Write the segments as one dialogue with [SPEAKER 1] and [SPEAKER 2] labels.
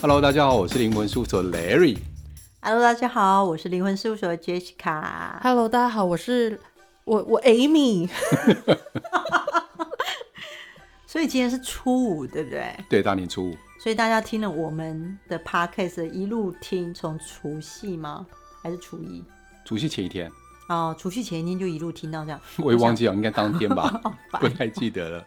[SPEAKER 1] Hello，大家好，我是灵魂事务所 Larry。
[SPEAKER 2] Hello，大家好，我是灵魂事务所的 Jessica。
[SPEAKER 3] Hello，大家好，我是我我 Amy，
[SPEAKER 2] 所以今天是初五，对不对？
[SPEAKER 1] 对，大年初五，
[SPEAKER 2] 所以大家听了我们的 podcast 一路听，从除夕吗？还是初一？
[SPEAKER 1] 除夕前一天，
[SPEAKER 2] 哦，除夕前一天就一路听到这样，
[SPEAKER 1] 我也忘记了，应该当天 吧，
[SPEAKER 3] 哦
[SPEAKER 2] 好
[SPEAKER 1] 不
[SPEAKER 2] 烦。
[SPEAKER 1] 太记得了。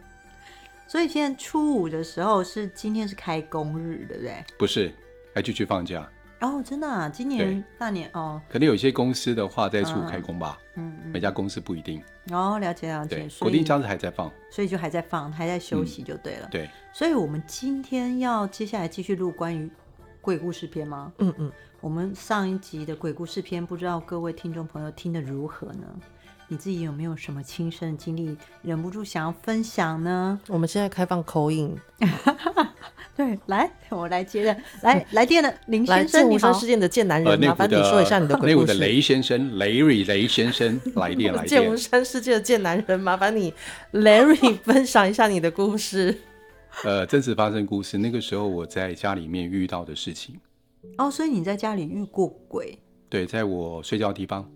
[SPEAKER 2] 所以现在初五的时候是今天是开工日，对不对？
[SPEAKER 1] 不是，还继续放假，
[SPEAKER 2] 哦，真的、啊，今年大年哦，
[SPEAKER 1] 可能有些公司的话在初五开工吧，
[SPEAKER 2] 嗯
[SPEAKER 1] 每家公司不一定。
[SPEAKER 2] 嗯，哦，了解了
[SPEAKER 1] 对
[SPEAKER 2] 解，，
[SPEAKER 1] 国
[SPEAKER 2] 所
[SPEAKER 1] 定
[SPEAKER 2] 以
[SPEAKER 1] 假日还嗯在放。
[SPEAKER 2] 所以就还在放，还在休息就对了。
[SPEAKER 1] 对，
[SPEAKER 2] 所以我们今天要接下来继续录关于鬼故事篇吗？
[SPEAKER 3] 嗯嗯，
[SPEAKER 2] 我们上一集的鬼故事篇，不知道各位听众朋友听得如何呢？你自己有没有什么亲身的经历，忍不住想要分享呢？
[SPEAKER 3] 我们现在开放口音，
[SPEAKER 2] 对，来，我来接着，来来电的林
[SPEAKER 3] 来
[SPEAKER 2] 先
[SPEAKER 3] 剑
[SPEAKER 2] 生，你
[SPEAKER 3] 无
[SPEAKER 2] 好
[SPEAKER 3] 声，事件的剑男
[SPEAKER 1] 呃，
[SPEAKER 3] 人，
[SPEAKER 1] 内
[SPEAKER 3] 哎麻
[SPEAKER 1] 湖
[SPEAKER 3] 烦你说一下你的
[SPEAKER 1] 的
[SPEAKER 3] 鬼
[SPEAKER 1] 内湖
[SPEAKER 3] 故
[SPEAKER 1] 的
[SPEAKER 3] 事。
[SPEAKER 1] 雷先生，Larry 雷先生，来 电来
[SPEAKER 3] 剑
[SPEAKER 1] 电
[SPEAKER 3] 无。声世界的剑男人，麻烦你 Larry 分享一下你的故事。
[SPEAKER 1] 呃，真实发生故事，那个时候我在家里面遇到的事情。
[SPEAKER 2] 哦，所以你在家里遇过鬼？
[SPEAKER 1] 对，在我睡觉的地方。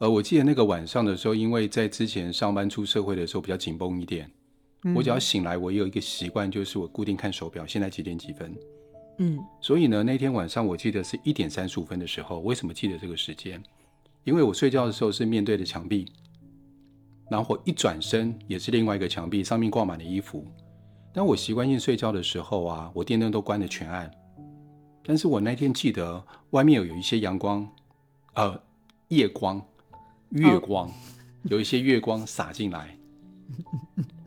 [SPEAKER 1] 呃，我记得那个晚上的时候，因为在之前上班出社会的时候比较紧绷一点，我只要醒来，我有一个习惯，就是我固定看手表，现在几点几分。
[SPEAKER 2] 嗯
[SPEAKER 1] 所以呢，那天晚上我记得是一点三十五分的时候，为什么记得这个时间？因为我睡觉的时候是面对着墙壁，然后我一转身也是另外一个墙壁，上面挂满了衣服。但我习惯性睡觉的时候啊，我电灯都关得全暗。但是我那天记得外面有有一些阳光，呃，夜光、月光，有一些月光洒进来，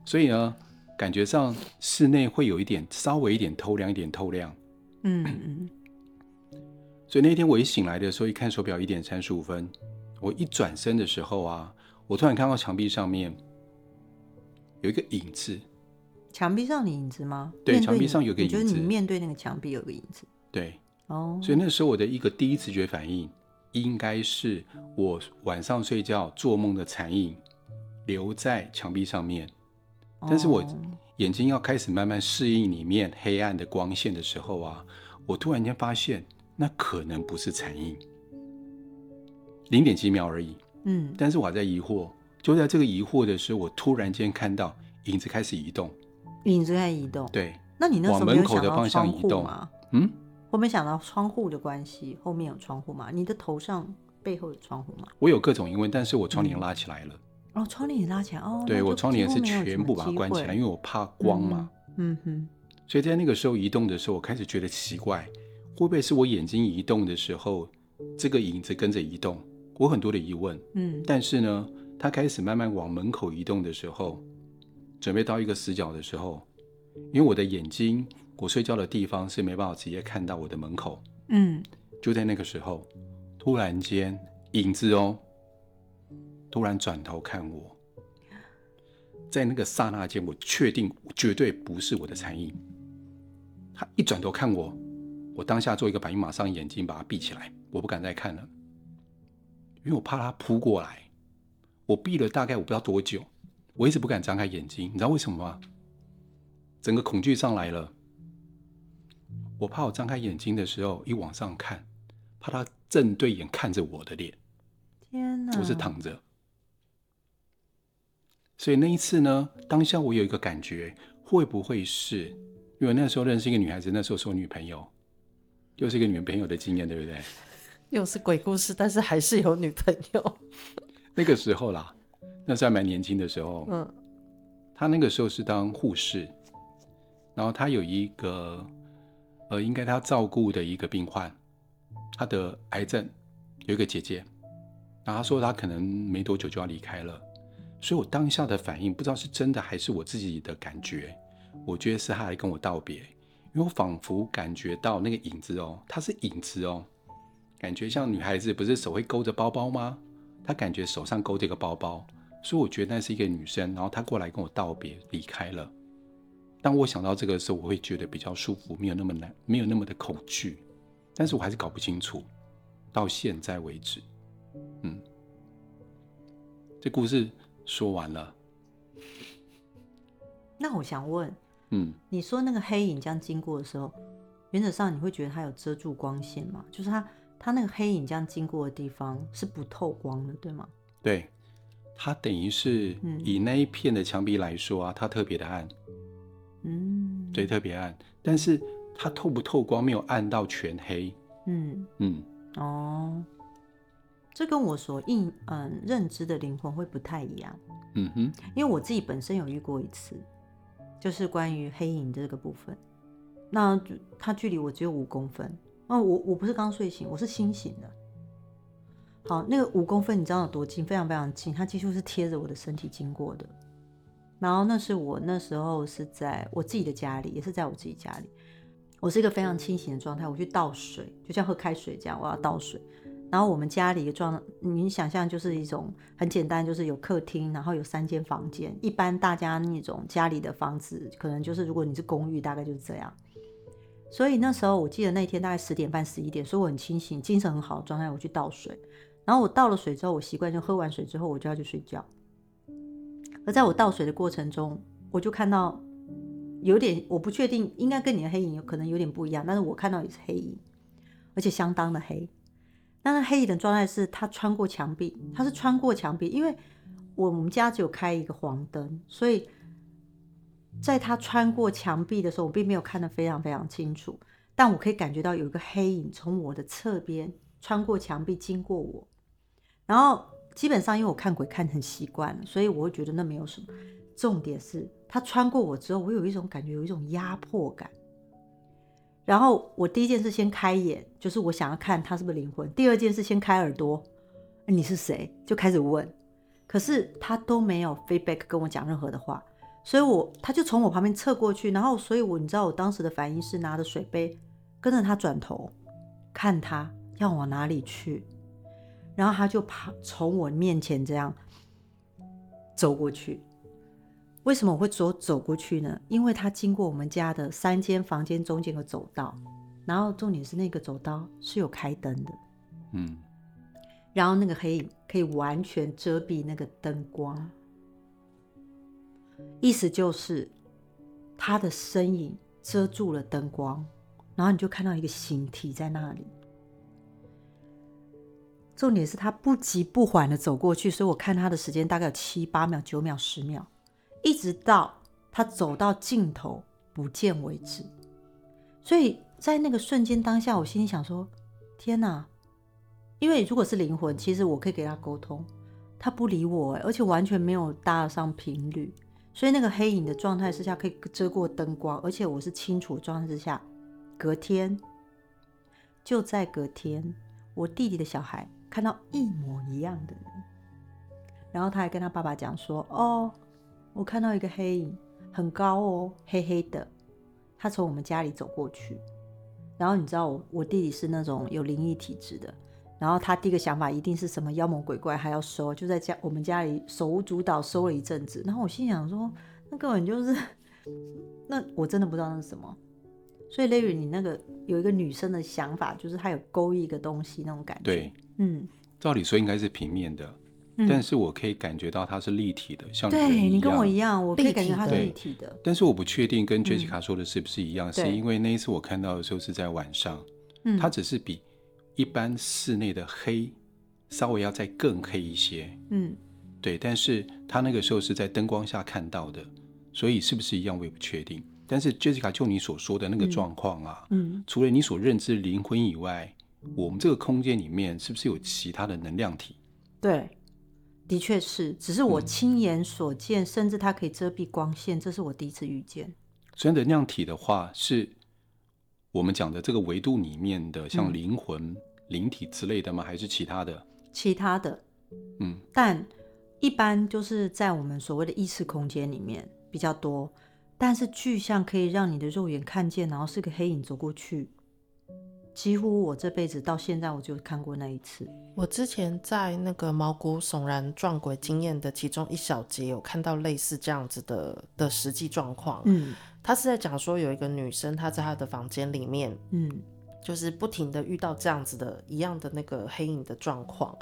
[SPEAKER 1] 所以呢，感觉上室内会有一点稍微一点透亮，一点透亮。
[SPEAKER 2] 嗯嗯
[SPEAKER 1] 所以那天我一醒来的时候，一看手表一点三十五分，我一转身的时候啊，我突然看到墙壁上面有一个影子，
[SPEAKER 2] 嗯，墙壁上的影子吗？
[SPEAKER 1] 对
[SPEAKER 2] 面
[SPEAKER 1] 墙壁
[SPEAKER 2] 你
[SPEAKER 1] 上有个
[SPEAKER 2] 你就是
[SPEAKER 1] 影
[SPEAKER 2] 你
[SPEAKER 1] 子
[SPEAKER 2] 面对那个墙壁有个影子。
[SPEAKER 1] 对，
[SPEAKER 2] 哦，
[SPEAKER 1] 所以那时候我的一个第一直觉反应应该是我晚上睡觉做梦的残影留在墙壁上面，但是我
[SPEAKER 2] 哦
[SPEAKER 1] 眼睛要开始慢慢适应里面黑暗的光线的时候啊，我突然间发现那可能不是残影，零点几秒而已。
[SPEAKER 2] 嗯
[SPEAKER 1] 但是我还在疑惑。就在这个疑惑的时候，我突然间看到影子开始移动。
[SPEAKER 2] 影子在移动。
[SPEAKER 1] 对，
[SPEAKER 2] 那你那时
[SPEAKER 1] 往
[SPEAKER 2] 候没有
[SPEAKER 1] 门口
[SPEAKER 2] 想
[SPEAKER 1] 的
[SPEAKER 2] 到
[SPEAKER 1] 方向
[SPEAKER 2] 窗
[SPEAKER 1] 移
[SPEAKER 2] 户
[SPEAKER 1] 动
[SPEAKER 2] 吗？
[SPEAKER 1] 嗯，
[SPEAKER 2] 我没想到窗户的关系，后面有窗户吗？你的头上背后有窗户吗？
[SPEAKER 1] 我有各种疑问，但是我窗帘拉起来了。
[SPEAKER 2] 哦，窗帘也拉起来哦。
[SPEAKER 1] 对
[SPEAKER 2] 那
[SPEAKER 1] 我
[SPEAKER 2] 就
[SPEAKER 1] 窗
[SPEAKER 2] 几
[SPEAKER 1] 帘
[SPEAKER 2] 乎
[SPEAKER 1] 是
[SPEAKER 2] 没有什
[SPEAKER 1] 全
[SPEAKER 2] 么
[SPEAKER 1] 部把它
[SPEAKER 2] 机
[SPEAKER 1] 关起来，
[SPEAKER 2] 会
[SPEAKER 1] 因为我怕光嘛。
[SPEAKER 2] 嗯哼，
[SPEAKER 1] 所以在那个时候移动的时候，我开始觉得奇怪，会不会是我眼睛移动的时候，这个影子跟着移动？我很多的疑问。
[SPEAKER 2] 嗯
[SPEAKER 1] 但是呢，它开始慢慢往门口移动的时候，准备到一个死角的时候，因为我的眼睛，我睡觉的地方是没办法直接看到我的门口。
[SPEAKER 2] 嗯，
[SPEAKER 1] 就在那个时候，突然间，影子哦，突然转头看我，在那个刹那间，我确定绝对不是我的残影。他一转头看我，我当下做一个反应，马上眼睛把它闭起来，我不敢再看了，因为我怕他扑过来。我闭了大概我不知道多久，我一直不敢张开眼睛，你知道为什么吗？整个恐惧上来了。我怕我张开眼睛的时候一往上看，怕他正对眼看着我的脸，
[SPEAKER 2] 天哪！
[SPEAKER 1] 我是躺着。所以那一次呢，当下我有一个感觉，会不会是因为我那时候认识一个女孩子，那时候是我女朋友，又是一个女朋友的经验，对不对？
[SPEAKER 3] 又是鬼故事，但是还是有女朋友。
[SPEAKER 1] 那个时候啦，那时候还蛮年轻的时候，
[SPEAKER 3] 嗯，
[SPEAKER 1] 她那个时候是当护士，然后她有一个呃，应该她照顾的一个病患，她得癌症，有一个姐姐，然后她说她可能没多久就要离开了，所以我当下的反应不知道是真的还是我自己的感觉，我觉得是她来跟我道别，因为我仿佛感觉到那个影子哦，她是影子哦，感觉像女孩子不是手会勾着包包吗？她感觉手上勾着一个包包，所以我觉得那是一个女生，然后她过来跟我道别离开了。当我想到这个的时候，我会觉得比较舒服，没有那么难，没有那么的恐惧，但是我还是搞不清楚，到现在为止，嗯，这故事说完了，
[SPEAKER 2] 那我想问，
[SPEAKER 1] 嗯，
[SPEAKER 2] 你说那个黑影这样经过的时候，原则上你会觉得它有遮住光线嘛？就是它它那个黑影这样经过的地方是不透光的，对吗？
[SPEAKER 1] 对，它等于是
[SPEAKER 2] 嗯
[SPEAKER 1] 以那一片的墙壁来说啊，它特别的暗，
[SPEAKER 2] 嗯，
[SPEAKER 1] 对，，特别暗。但是它透不透光，没有暗到全黑。
[SPEAKER 2] 嗯，
[SPEAKER 1] 嗯，
[SPEAKER 2] 哦，这跟我所印嗯认知的灵魂会不太一样，
[SPEAKER 1] 嗯哼，
[SPEAKER 2] 因为我自己本身有遇过一次，就是关于黑影这个部分，那就它距离我只有五公分，那我我不是刚睡醒，我是清醒的。好，那个五公分你知道有多近？非常非常近，它几乎是贴着我的身体经过的。然后那是我那时候是在我自己的家里，也是在我自己家里，我是一个非常清醒的状态，我去倒水，就像喝开水这样，我要倒水。然后我们家里的状，你想象就是一种很简单，就是有客厅，然后有三间房间。一般大家那种家里的房子，可能就是如果你是公寓，大概就是这样。所以那时候我记得那天大概十点半、十一点，所以我很清醒，精神很好的状态，我去倒水。然后我倒了水之后，我习惯就喝完水之后我就要去睡觉。而在我倒水的过程中，我就看到有点我不确定，应该跟你的黑影有可能有点不一样，但是我看到也是黑影，而且相当的黑。那那黑影的状态是它穿过墙壁，它是穿过墙壁，因为我们家只有开一个黄灯，所以在它穿过墙壁的时候，我并没有看得非常非常清楚，但我可以感觉到有一个黑影从我的侧边穿过墙壁经过我，然后基本上因为我看鬼看得很习惯了，所以我会觉得那没有什么。重点是它穿过我之后，我有一种感觉，有一种压迫感。然后我第一件事先开眼，就是我想要看他是不是灵魂；第二件事先开耳朵，欸你是谁？就开始问。可是他都没有 feedback 跟我讲任何的话，所以我他就从我旁边侧过去，然后所以我你知道我当时的反应是拿着水杯跟着他转头看他要往哪里去，然后他就爬从我面前这样走过去。为什么我会走走过去呢？因为它经过我们家的三间房间中间有个走道，然后重点是那个走道是有开灯的，
[SPEAKER 1] 嗯，
[SPEAKER 2] 然后那个黑影可以完全遮蔽那个灯光，意思就是他的身影遮住了灯光，然后你就看到一个形体在那里。重点是他不急不缓的走过去，所以我看他的时间大概有七八秒、九秒、十秒，一直到他走到尽头不见为止。所以在那个瞬间当下，我心里想说：天哪！因为如果是灵魂，其实我可以给他沟通，他不理我、欸，而且完全没有搭上频率，所以那个黑影的状态之下可以遮过灯光，而且我是清楚的状态之下，隔天就在隔天，我弟弟的小孩看到一模一样的人，然后他还跟他爸爸讲说：“哦，我看到一个黑影，很高哦，黑黑的，他从我们家里走过去。”然后你知道我我弟弟是那种有灵异体质的，然后他第一个想法一定是什么妖魔鬼怪还要收，就在家我们家里手舞足蹈收了一阵子。然后我心想说，那根本就是，那我真的不知道那是什么。所以雷雨，你那个有一个女生的想法，就是她有勾一个东西那种感觉。
[SPEAKER 1] 对，
[SPEAKER 2] 嗯，
[SPEAKER 1] 照理说应该是平面的，
[SPEAKER 2] 嗯，
[SPEAKER 1] 但是我可以感觉到它是立体的，像人
[SPEAKER 2] 对
[SPEAKER 1] 一
[SPEAKER 2] 你跟我
[SPEAKER 1] 样
[SPEAKER 2] 一样，我可以
[SPEAKER 3] 立
[SPEAKER 2] 感觉
[SPEAKER 3] 体
[SPEAKER 2] 它是
[SPEAKER 1] 的
[SPEAKER 2] 立体的。
[SPEAKER 1] 但是我不确定跟 Jessica 说的是不是一样，是
[SPEAKER 2] 对
[SPEAKER 1] 因为那一次我看到的时候是在晚上，
[SPEAKER 2] 嗯，
[SPEAKER 1] 它只是比一般室内的黑稍微要再更黑一些，
[SPEAKER 2] 嗯
[SPEAKER 1] 对。但是它那个时候是在灯光下看到的，所以是不是一样我也不确定。但是 Jessica 就你所说的那个
[SPEAKER 2] 嗯
[SPEAKER 1] 状况啊，
[SPEAKER 2] 嗯
[SPEAKER 1] 除了你所认知的灵魂以外，我们这个空间里面是不是有其他的能量体？
[SPEAKER 2] 对，的确是，只是我
[SPEAKER 1] 嗯
[SPEAKER 2] 亲眼所见，甚至它可以遮蔽光线，这是我第一次遇见。
[SPEAKER 1] 所以能量体的话，是我们讲的这个维度里面的，像
[SPEAKER 2] 嗯
[SPEAKER 1] 灵魂、灵体之类的吗？还是其他的？
[SPEAKER 2] 其他的，
[SPEAKER 1] 嗯，
[SPEAKER 2] 但一般就是在我们所谓的意识空间里面比较多。但是具象可以让你的肉眼看见，然后是个黑影走过去，几乎我这辈子到现在我就看过那一次。
[SPEAKER 3] 我之前在那个毛骨悚然撞鬼经验的其中一小节，有看到类似这样子的的实际状况。
[SPEAKER 2] 嗯
[SPEAKER 3] 他是在讲说有一个女生，她在她的房间里面，
[SPEAKER 2] 嗯
[SPEAKER 3] 就是不停的遇到这样子的一样的那个黑影的状况，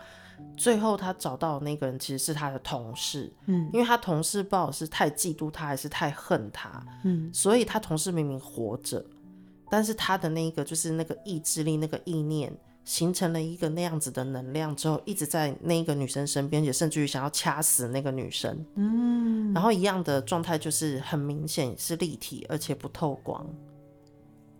[SPEAKER 3] 最后她找到的那个人其实是她的同事，
[SPEAKER 2] 嗯
[SPEAKER 3] 因为她同事不知道是太嫉妒她还是太恨她，
[SPEAKER 2] 嗯
[SPEAKER 3] 所以她同事明明活着，但是他的那一个就是那个意志力、那个意念，形成了一个那样子的能量之后，一直在那一个女生身边，也甚至于想要掐死那个女生。
[SPEAKER 2] 嗯，
[SPEAKER 3] 然后一样的状态就是很明显是立体，而且不透光。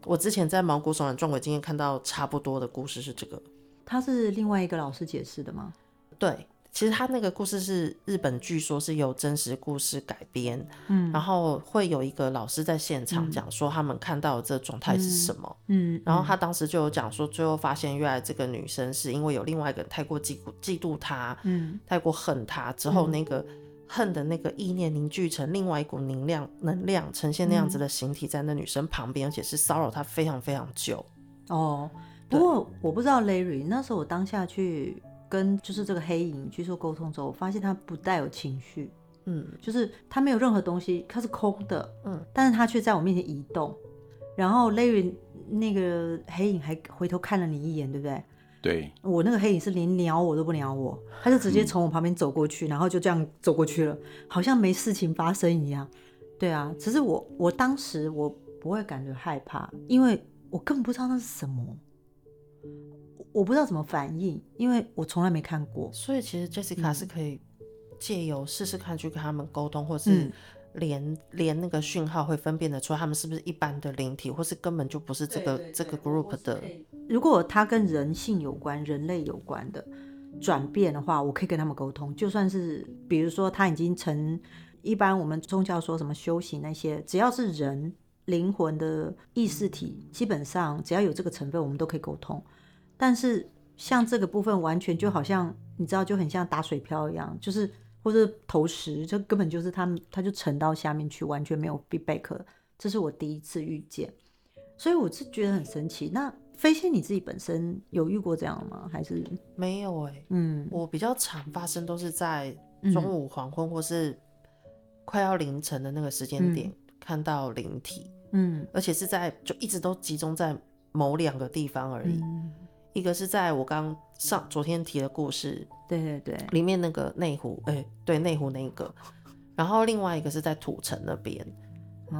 [SPEAKER 3] 我之前在毛骨悚然撞鬼经验看到差不多的故事是这个，
[SPEAKER 2] 他是另外一个老师解释的吗？
[SPEAKER 3] 对，其实他那个故事是日本，据说是由真实故事改编，
[SPEAKER 2] 嗯
[SPEAKER 3] 然后会有一个老师在现场讲说他们看到的这状态是什么。
[SPEAKER 2] 嗯，
[SPEAKER 3] 然后
[SPEAKER 2] 嗯
[SPEAKER 3] 他当时就有讲说，最后发现原来这个女生是因为有另外一个人太过嫉妒嫉妒她，
[SPEAKER 2] 嗯
[SPEAKER 3] 太过恨他之后，
[SPEAKER 2] 嗯
[SPEAKER 3] 那个恨的那个意念凝聚成另外一股能量，能量呈现那样子
[SPEAKER 2] 嗯
[SPEAKER 3] 的形体在那女生旁边，而且是骚扰她非常非常久。
[SPEAKER 2] 哦，不
[SPEAKER 3] 对
[SPEAKER 2] 过我不知道 Larry 那时候我当下去跟就是这个黑影去做沟通之后，我发现他不带有情绪，
[SPEAKER 3] 嗯，
[SPEAKER 2] 就是他没有任何东西，他是空的，
[SPEAKER 3] 嗯，
[SPEAKER 2] 但是他却在我面前移动。然后 Larry 那个黑影还回头看了你一眼，对不对？
[SPEAKER 1] 对，
[SPEAKER 2] 我那个黑影是连鸟我都不鸟我，他就直接从我旁边走过去，然后就这样走过去了，好像没事情发生一样。对啊，只是我我当时我不会感觉害怕，因为我根本不知道那是什么，我我不知道怎么反应，因为我从来没看过。
[SPEAKER 3] 所以其实 Jessica
[SPEAKER 2] 嗯
[SPEAKER 3] 是可以借由试试看去跟他们沟通，或是
[SPEAKER 2] 嗯
[SPEAKER 3] 连连那个讯号会分辨得出他们是不是一般的灵体，或是根本就不是这个这个 group 的。
[SPEAKER 2] 如果它跟人性有关、人类有关的转变的话，我可以跟他们沟通。就算是比如说他已经成一般我们宗教说什么修行那些，只要是人灵魂的意识体，基本上只要有这个成分，我们都可以沟通。但是像这个部分，完全就好像你知道，就很像打水漂一样，就是或者投石，这根本就是他们他就沉到下面去，完全没有 feedback。这是我第一次遇见。所以我是觉得很神奇。那飞仙你自己本身有遇过这样吗？还是
[SPEAKER 3] 没有哎、
[SPEAKER 2] 嗯
[SPEAKER 3] 我比较常发生都是在
[SPEAKER 2] 嗯
[SPEAKER 3] 中午黄昏或是快要凌晨的那个时间点、看到灵体。
[SPEAKER 2] 嗯
[SPEAKER 3] 而且是在就一直都集中在某两个地方而已。
[SPEAKER 2] 嗯，
[SPEAKER 3] 一个是在我刚上昨天提的故事
[SPEAKER 2] 对对对，
[SPEAKER 3] 里面那个内湖，哎、对，内湖那一个。然后另外一个是在土城那边。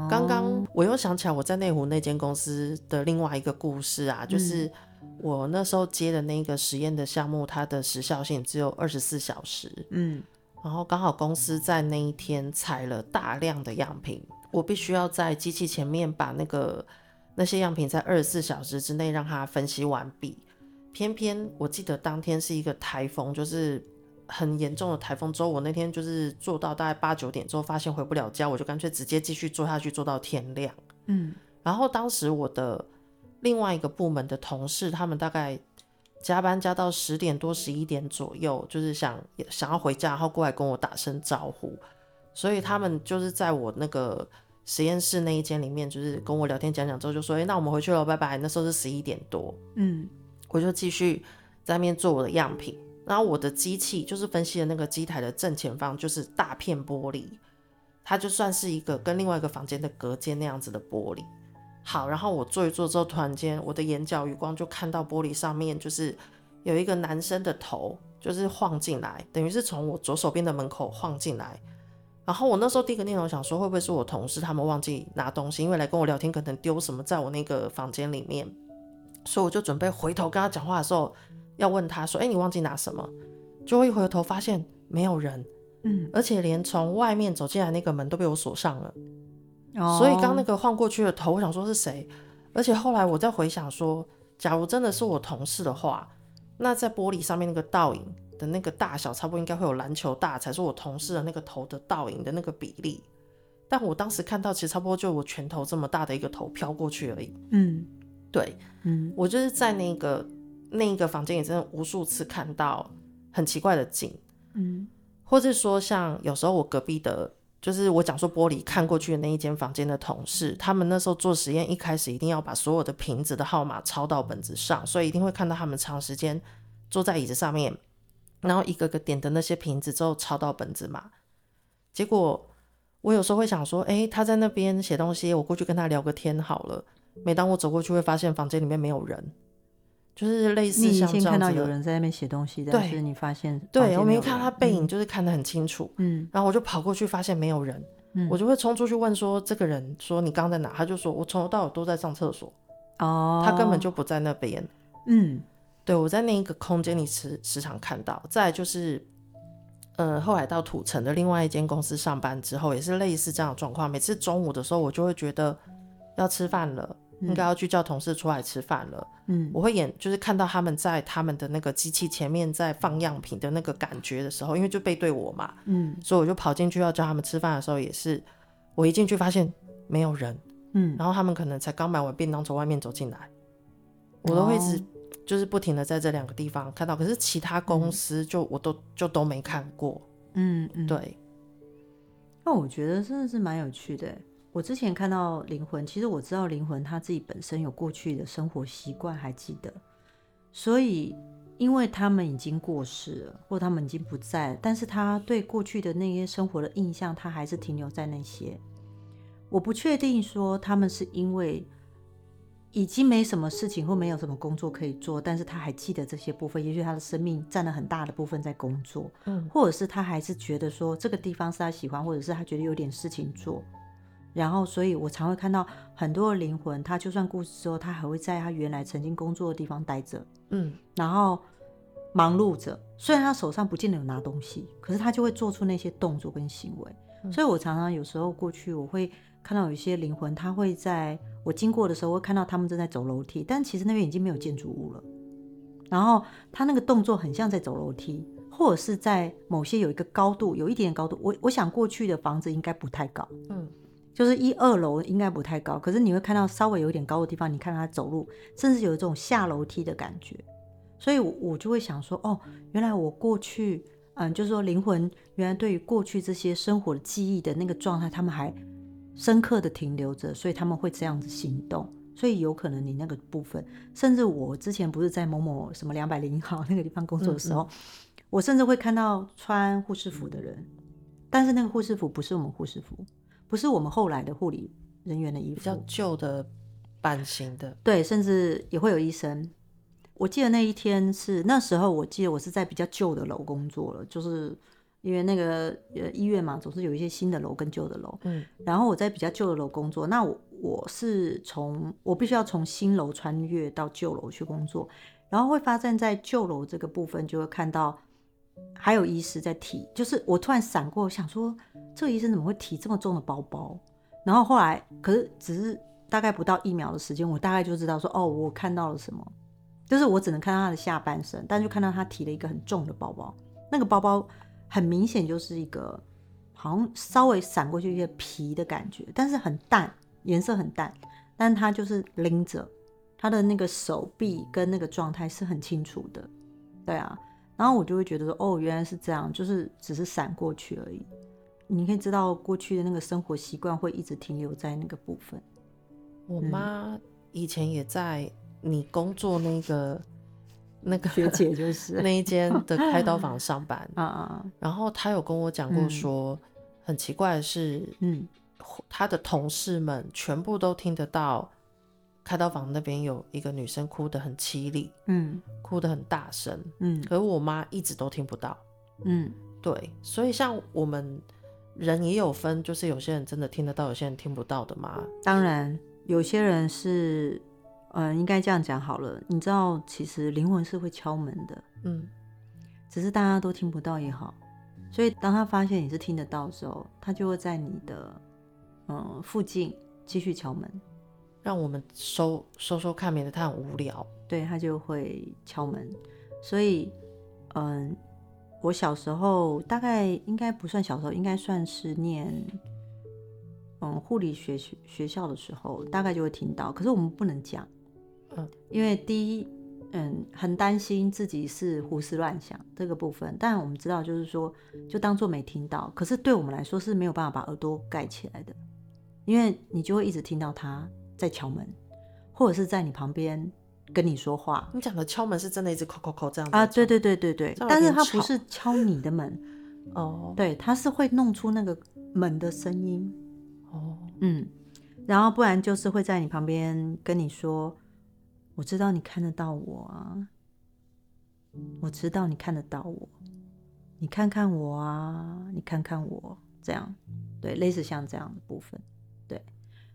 [SPEAKER 3] 刚刚
[SPEAKER 2] 哦
[SPEAKER 3] 我又想起来我在内湖那间公司的另外一个故事啊，就是我那时候接的那个实验的项目，它的时效性只有二十四小时。
[SPEAKER 2] 嗯
[SPEAKER 3] 然后刚好公司在那一天采了大量的样品，我必须要在机器前面把那个那些样品在二十四小时之内让它分析完毕。偏偏我记得当天是一个台风，就是很严重的台风之后，我那天就是做到大概八九点之后，发现回不了家，我就干脆直接继续做下去，做到天亮。
[SPEAKER 2] 嗯
[SPEAKER 3] 然后当时我的另外一个部门的同事，他们大概加班加到十点多、十一点左右，就是想想要回家，然后过来跟我打声招呼。所以他们就是在我那个实验室那一间里面，就是跟我聊天讲讲之后，就说：“哎、那我们回去了，拜拜。”那时候是十一点多，
[SPEAKER 2] 嗯
[SPEAKER 3] 我就继续在那边做我的样品。然后我的机器就是分析的那个机台的正前方就是大片玻璃，它就算是一个跟另外一个房间的隔间那样子的玻璃。好，然后我做一做之后，突然间我的眼角余光就看到玻璃上面就是有一个男生的头，就是晃进来，等于是从我左手边的门口晃进来。然后我那时候第一个念头想说，会不会是我同事他们忘记拿东西，因为来跟我聊天可能丢什么在我那个房间里面。所以我就准备回头跟他讲话的时候，要问他说：“哎、你忘记拿什么？”就我一回头发现没有人，
[SPEAKER 2] 嗯，
[SPEAKER 3] 而且连从外面走进来那个门都被我锁上了。
[SPEAKER 2] 哦
[SPEAKER 3] 嗯所以刚那个晃过去的头，我想说是谁？而且后来我再回想说，假如真的是我同事的话，那在玻璃上面那个倒影的那个大小，差不多应该会有篮球大，才是我同事的那个头的倒影的那个比例。但我当时看到，其实差不多就我拳头这么大的一个头飘过去而已。
[SPEAKER 2] 嗯
[SPEAKER 3] 对，
[SPEAKER 2] 嗯
[SPEAKER 3] 我就是在那个那一个房间里，真的无数次看到很奇怪的景，
[SPEAKER 2] 嗯
[SPEAKER 3] 或是说像有时候我隔壁的，就是我讲说玻璃看过去的那一间房间的同事，他们那时候做实验，一开始一定要把所有的瓶子的号码抄到本子上，所以一定会看到他们长时间坐在椅子上面，然后一个个点的那些瓶子之后抄到本子嘛。结果我有时候会想说，诶，他在那边写东西，我过去跟他聊个天好了。每当我走过去，会发现房间里面没有人，就是类似
[SPEAKER 2] 你以
[SPEAKER 3] 像
[SPEAKER 2] 前
[SPEAKER 3] 这样
[SPEAKER 2] 看
[SPEAKER 3] 子
[SPEAKER 2] 到
[SPEAKER 3] 的。
[SPEAKER 2] 有人在那边写东西，但
[SPEAKER 3] 对
[SPEAKER 2] 是你发现
[SPEAKER 3] 对我没有看
[SPEAKER 2] 到
[SPEAKER 3] 到他背影，，就是看得很清楚。
[SPEAKER 2] 嗯
[SPEAKER 3] 然后我就跑过去，发现没有人，
[SPEAKER 2] 嗯，
[SPEAKER 3] 我就会冲出去问说：“这个人说你刚刚在哪？”他就说：“我从头到尾都在上厕所。”
[SPEAKER 2] 哦，
[SPEAKER 3] 他根本就不在那边。
[SPEAKER 2] 嗯
[SPEAKER 3] 对我在那一个空间里时时常看到。再来就是，呃，后来到土城的另外一间公司上班之后，也是类似这样的状况。每次中午的时候，我就会觉得要吃饭了，应该要去叫同事出来吃饭了。
[SPEAKER 2] 嗯
[SPEAKER 3] 我会演，就是看到他们在他们的那个机器前面在放样品的那个感觉的时候，因为就背对我嘛，
[SPEAKER 2] 嗯
[SPEAKER 3] 所以我就跑进去要叫他们吃饭的时候，也是我一进去发现没有人，
[SPEAKER 2] 嗯，
[SPEAKER 3] 然后他们可能才刚买完便当从外面走进来，我都会一直
[SPEAKER 2] 哦
[SPEAKER 3] 就是不停的在这两个地方看到，可是其他公司就我都就都没看过，
[SPEAKER 2] 嗯嗯，。
[SPEAKER 3] 对，
[SPEAKER 2] 那我觉得真的是蛮有趣的欸。我之前看到灵魂，其实我知道灵魂他自己本身有过去的生活习惯，还记得，所以因为他们已经过世了，或他们已经不在了，但是他对过去的那些生活的印象，他还是停留在那些。我不确定说他们是因为已经没什么事情或没有什么工作可以做，但是他还记得这些部分，也许他的生命占了很大的部分在工作，
[SPEAKER 3] 嗯
[SPEAKER 2] 或者是他还是觉得说这个地方是他喜欢，或者是他觉得有点事情做，然后所以我常会看到很多的灵魂，他就算故世之后，他还会在他原来曾经工作的地方待着，
[SPEAKER 3] 嗯
[SPEAKER 2] 然后忙碌着。虽然他手上不见得有拿东西，可是他就会做出那些动作跟行为。
[SPEAKER 3] 嗯
[SPEAKER 2] 所以我常常有时候过去，我会看到有一些灵魂，他会在我经过的时候，会看到他们正在走楼梯，但其实那边已经没有建筑物了。然后他那个动作很像在走楼梯，或者是在某些有一个高度，有一点点高度。我我想过去的房子应该不太高，
[SPEAKER 3] 嗯
[SPEAKER 2] 就是一二楼应该不太高，可是你会看到稍微有点高的地方，你看到他走路，甚至有一种下楼梯的感觉。所以我，我就会想说，哦，原来我过去，嗯，就是说灵魂原来对于过去这些生活的记忆的那个状态，他们还深刻的停留着，所以他们会这样子行动。所以有可能你那个部分，甚至我之前不是在某某什么两百零号那个地方工作的时
[SPEAKER 3] 嗯
[SPEAKER 2] 候，我甚至会看到穿护士服的人，
[SPEAKER 3] 嗯
[SPEAKER 2] 但是那个护士服不是我们护士服，不是我们后来的护理人员的衣服，
[SPEAKER 3] 比较旧的版型的，
[SPEAKER 2] 对，甚至也会有医生。我记得那一天是那时候，我记得我是在比较旧的楼工作了，就是因为那个呃医院嘛，总是有一些新的楼跟旧的楼。
[SPEAKER 3] 嗯
[SPEAKER 2] 然后我在比较旧的楼工作，那我我是从我必须要从新楼穿越到旧楼去工作，然后会发现在旧楼这个部分就会看到还有医师在提，就是我突然闪过，我想说这个医生怎么会提这么重的包包？然后后来可是只是大概不到一秒的时间，我大概就知道说哦，我看到了什么，就是我只能看到他的下半身，但就看到他提了一个很重的包包，那个包包很明显就是一个好像稍微闪过去一些皮的感觉，但是很淡，颜色很淡，但他就是拎着，他的那个手臂跟那个状态是很清楚的，对啊，然后我就会觉得说，哦，原来是这样，就是只是闪过去而已。你可以知道过去的那个生活习惯会一直停留在那个部分，
[SPEAKER 3] 我
[SPEAKER 2] 嗯
[SPEAKER 3] 妈以前也在你工作那个那个
[SPEAKER 2] 学姐就是，
[SPEAKER 3] 那一间的开刀 房上班，
[SPEAKER 2] 啊啊，
[SPEAKER 3] 然后她有跟我讲过
[SPEAKER 2] 嗯
[SPEAKER 3] 说，很奇怪的是，
[SPEAKER 2] 嗯
[SPEAKER 3] 他的同事们全部都听得到，开刀房那边有一个女生哭得很凄厉，
[SPEAKER 2] 嗯
[SPEAKER 3] 哭得很大声，
[SPEAKER 2] 嗯
[SPEAKER 3] 可是我妈一直都听不到。
[SPEAKER 2] 嗯
[SPEAKER 3] 对，所以像我们人也有分，就是有些人真的听得到，有些人听不到的嘛。
[SPEAKER 2] 当然，有些人是，嗯，应该这样讲好了。你知道，其实灵魂是会敲门的，
[SPEAKER 3] 嗯，
[SPEAKER 2] 只是大家都听不到也好。所以，当他发现你是听得到的时候，他就会在你的嗯附近继续敲门。
[SPEAKER 3] 让我们收收收看，免得他很无聊。
[SPEAKER 2] 对他就会敲门。所以，嗯，我小时候大概应该不算小时候，应该算是念嗯护理学学学校的时候，大概就会听到。可是我们不能讲，
[SPEAKER 3] 嗯，
[SPEAKER 2] 因为第一，嗯，很担心自己是胡思乱想这个部分。但我们知道，就是说，就当做没听到。可是对我们来说是没有办法把耳朵盖起来的，因为你就会一直听到他在敲门，或者是在你旁边跟你说话，
[SPEAKER 3] 你讲的敲门是真的一直叩叩叩这样子
[SPEAKER 2] 啊，
[SPEAKER 3] 的
[SPEAKER 2] 对
[SPEAKER 3] 敲
[SPEAKER 2] 对对对对
[SPEAKER 3] 这，样有
[SPEAKER 2] 但是
[SPEAKER 3] 点
[SPEAKER 2] 它不
[SPEAKER 3] 吵
[SPEAKER 2] 是敲你的门，
[SPEAKER 3] 哦
[SPEAKER 2] 对，它是会弄出那个门的声音，
[SPEAKER 3] 哦
[SPEAKER 2] 嗯，然后不然就是会在你旁边跟你说，我知道你看得到我啊，我知道你看得到我，你看看我啊，你看看我，这样，对，类似像这样的部分，对，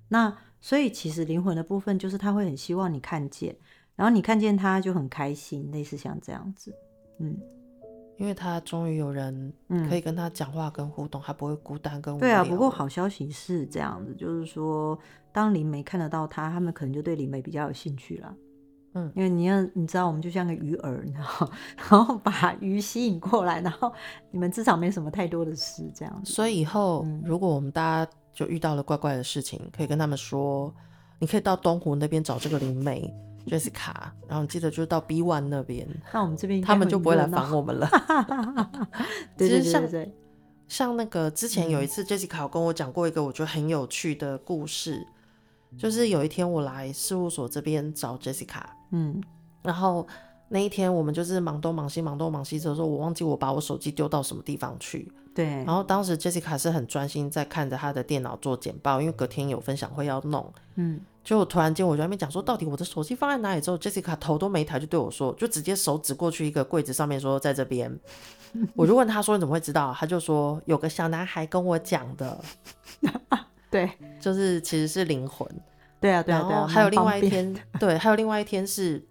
[SPEAKER 2] 那所以其实灵魂的部分就是他会很希望你看见，然后你看见他就很开心，类似像这样子。嗯，
[SPEAKER 3] 因为他终于有人
[SPEAKER 2] 嗯
[SPEAKER 3] 可以跟他讲话跟互动，他不会孤单跟无
[SPEAKER 2] 对啊，
[SPEAKER 3] 聊
[SPEAKER 2] 不过
[SPEAKER 3] 了
[SPEAKER 2] 好消息是这样子，就是说，当灵媒看得到他，他们可能就对灵媒比较有兴趣了。
[SPEAKER 3] 嗯
[SPEAKER 2] 因为你要你知道，我们就像个鱼饵，你知道， 然后把鱼吸引过来，然后你们至少没什么太多的事这样子。
[SPEAKER 3] 所以以后
[SPEAKER 2] 嗯
[SPEAKER 3] 如果我们大家就遇到了怪怪的事情，可以跟他们说，你可以到东湖那边找这个灵 媒 Jessica，然后你记得就是到 B One 那边，
[SPEAKER 2] 那我们这边应该
[SPEAKER 3] 他们就不会来
[SPEAKER 2] 很热闹
[SPEAKER 3] 烦我。们了。
[SPEAKER 2] 对
[SPEAKER 3] 其
[SPEAKER 2] 对
[SPEAKER 3] 实
[SPEAKER 2] 对
[SPEAKER 3] 像
[SPEAKER 2] 对对，
[SPEAKER 3] 像那个之前有一次
[SPEAKER 2] 嗯
[SPEAKER 3] Jessica 有跟我讲过一个我觉得很有趣的故事，就是有一天我来事务所这边找 Jessica，
[SPEAKER 2] 嗯
[SPEAKER 3] 然后那一天我们就是忙东忙西，忙东忙西之后说，我忘记我把我手机丢到什么地方去。
[SPEAKER 2] 对
[SPEAKER 3] 然，后当时 Jessica 是很专心在看着她的电脑做简报，因为隔天有分享会要弄。
[SPEAKER 2] 嗯
[SPEAKER 3] 就我突然间我就在那边讲说，到底我的手机放在哪里？之后 Jessica 头都没抬就对我说，就直接手指过去一个柜子上面说在 这边。我就问她说你怎么会知道？她就说有个小男孩跟我讲的，
[SPEAKER 2] 对
[SPEAKER 3] 就是其实是灵魂。
[SPEAKER 2] 对啊对啊
[SPEAKER 3] 然
[SPEAKER 2] 对
[SPEAKER 3] 后
[SPEAKER 2] 啊，
[SPEAKER 3] 还有
[SPEAKER 2] 蛮
[SPEAKER 3] 另
[SPEAKER 2] 方
[SPEAKER 3] 外一
[SPEAKER 2] 便
[SPEAKER 3] 天，对，还有另外一天是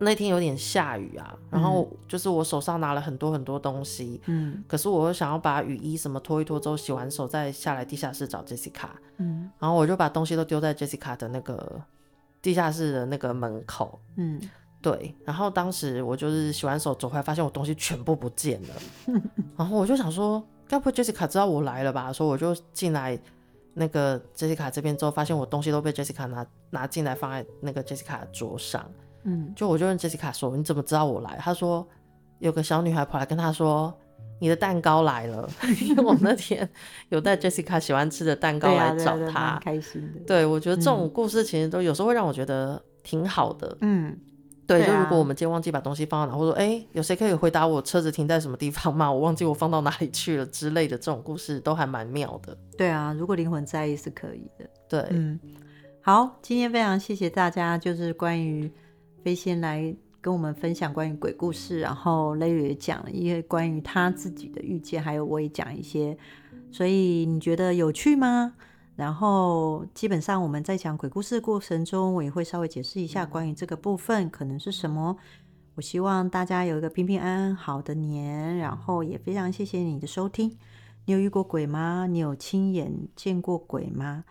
[SPEAKER 3] 那天有点下雨啊，然后就是我手上拿了很多很多东西，
[SPEAKER 2] 嗯
[SPEAKER 3] 可是我又想要把雨衣什么脱一脱之后洗完手再下来地下室找 Jessica，
[SPEAKER 2] 嗯
[SPEAKER 3] 然后我就把东西都丢在 Jessica 的那个地下室的那个门口。
[SPEAKER 2] 嗯，
[SPEAKER 3] 对，然后当时我就是洗完手走回来，发现我东西全部不见了， 然后我就想说，该不会 Jessica 知道我来了吧？所以我就进来那个 Jessica 这边之后，发现我东西都被 Jessica 拿拿进来放在那个 Jessica 的桌上，
[SPEAKER 2] 嗯
[SPEAKER 3] 就我就问 Jessica 说，你怎么知道我来？她说有个小女孩跑来跟她说。你的蛋糕来了， 因为我那天有带 Jessica 喜欢吃的蛋糕
[SPEAKER 2] 对啊
[SPEAKER 3] 来
[SPEAKER 2] 对啊
[SPEAKER 3] 找
[SPEAKER 2] 对啊
[SPEAKER 3] 她。
[SPEAKER 2] 蛮开心的。
[SPEAKER 3] 对，我觉得这种
[SPEAKER 2] 嗯
[SPEAKER 3] 故事其实都有时候会让我觉得挺好的，
[SPEAKER 2] 嗯，
[SPEAKER 3] 对，
[SPEAKER 2] 对
[SPEAKER 3] 就如
[SPEAKER 2] 啊
[SPEAKER 3] 果我们今天忘记把东西放到哪，或者说，哎、有谁可以回答我车子停在什么地方吗？我忘记我放到哪里去了之类的，这种故事都还蛮妙的。
[SPEAKER 2] 对啊，如果灵魂在意是可以的。
[SPEAKER 3] 对，
[SPEAKER 2] 嗯，好，今天非常谢谢大家，就是关于飞仙来跟我们分享关于鬼故事，然后雷雨也讲了一些关于他自己的遇见，还有我也讲一些，所以你觉得有趣吗？然后基本上我们在讲鬼故事的过程中，我也会稍微解释一下关于这个部分可能是什么。我希望大家有一个平平安安好的年，然后也非常谢谢你的收听。你有遇过鬼吗？你有亲眼见过鬼吗？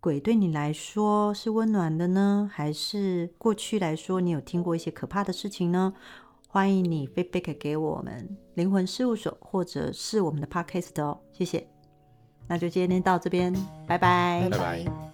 [SPEAKER 2] 鬼对你来说是温暖的呢，还是过去来说你有听过一些可怕的事情呢？欢迎你 feedback 给我们灵魂事务所或者是我们的 podcast 哦，谢谢。那就今天到这边，拜拜
[SPEAKER 1] 拜拜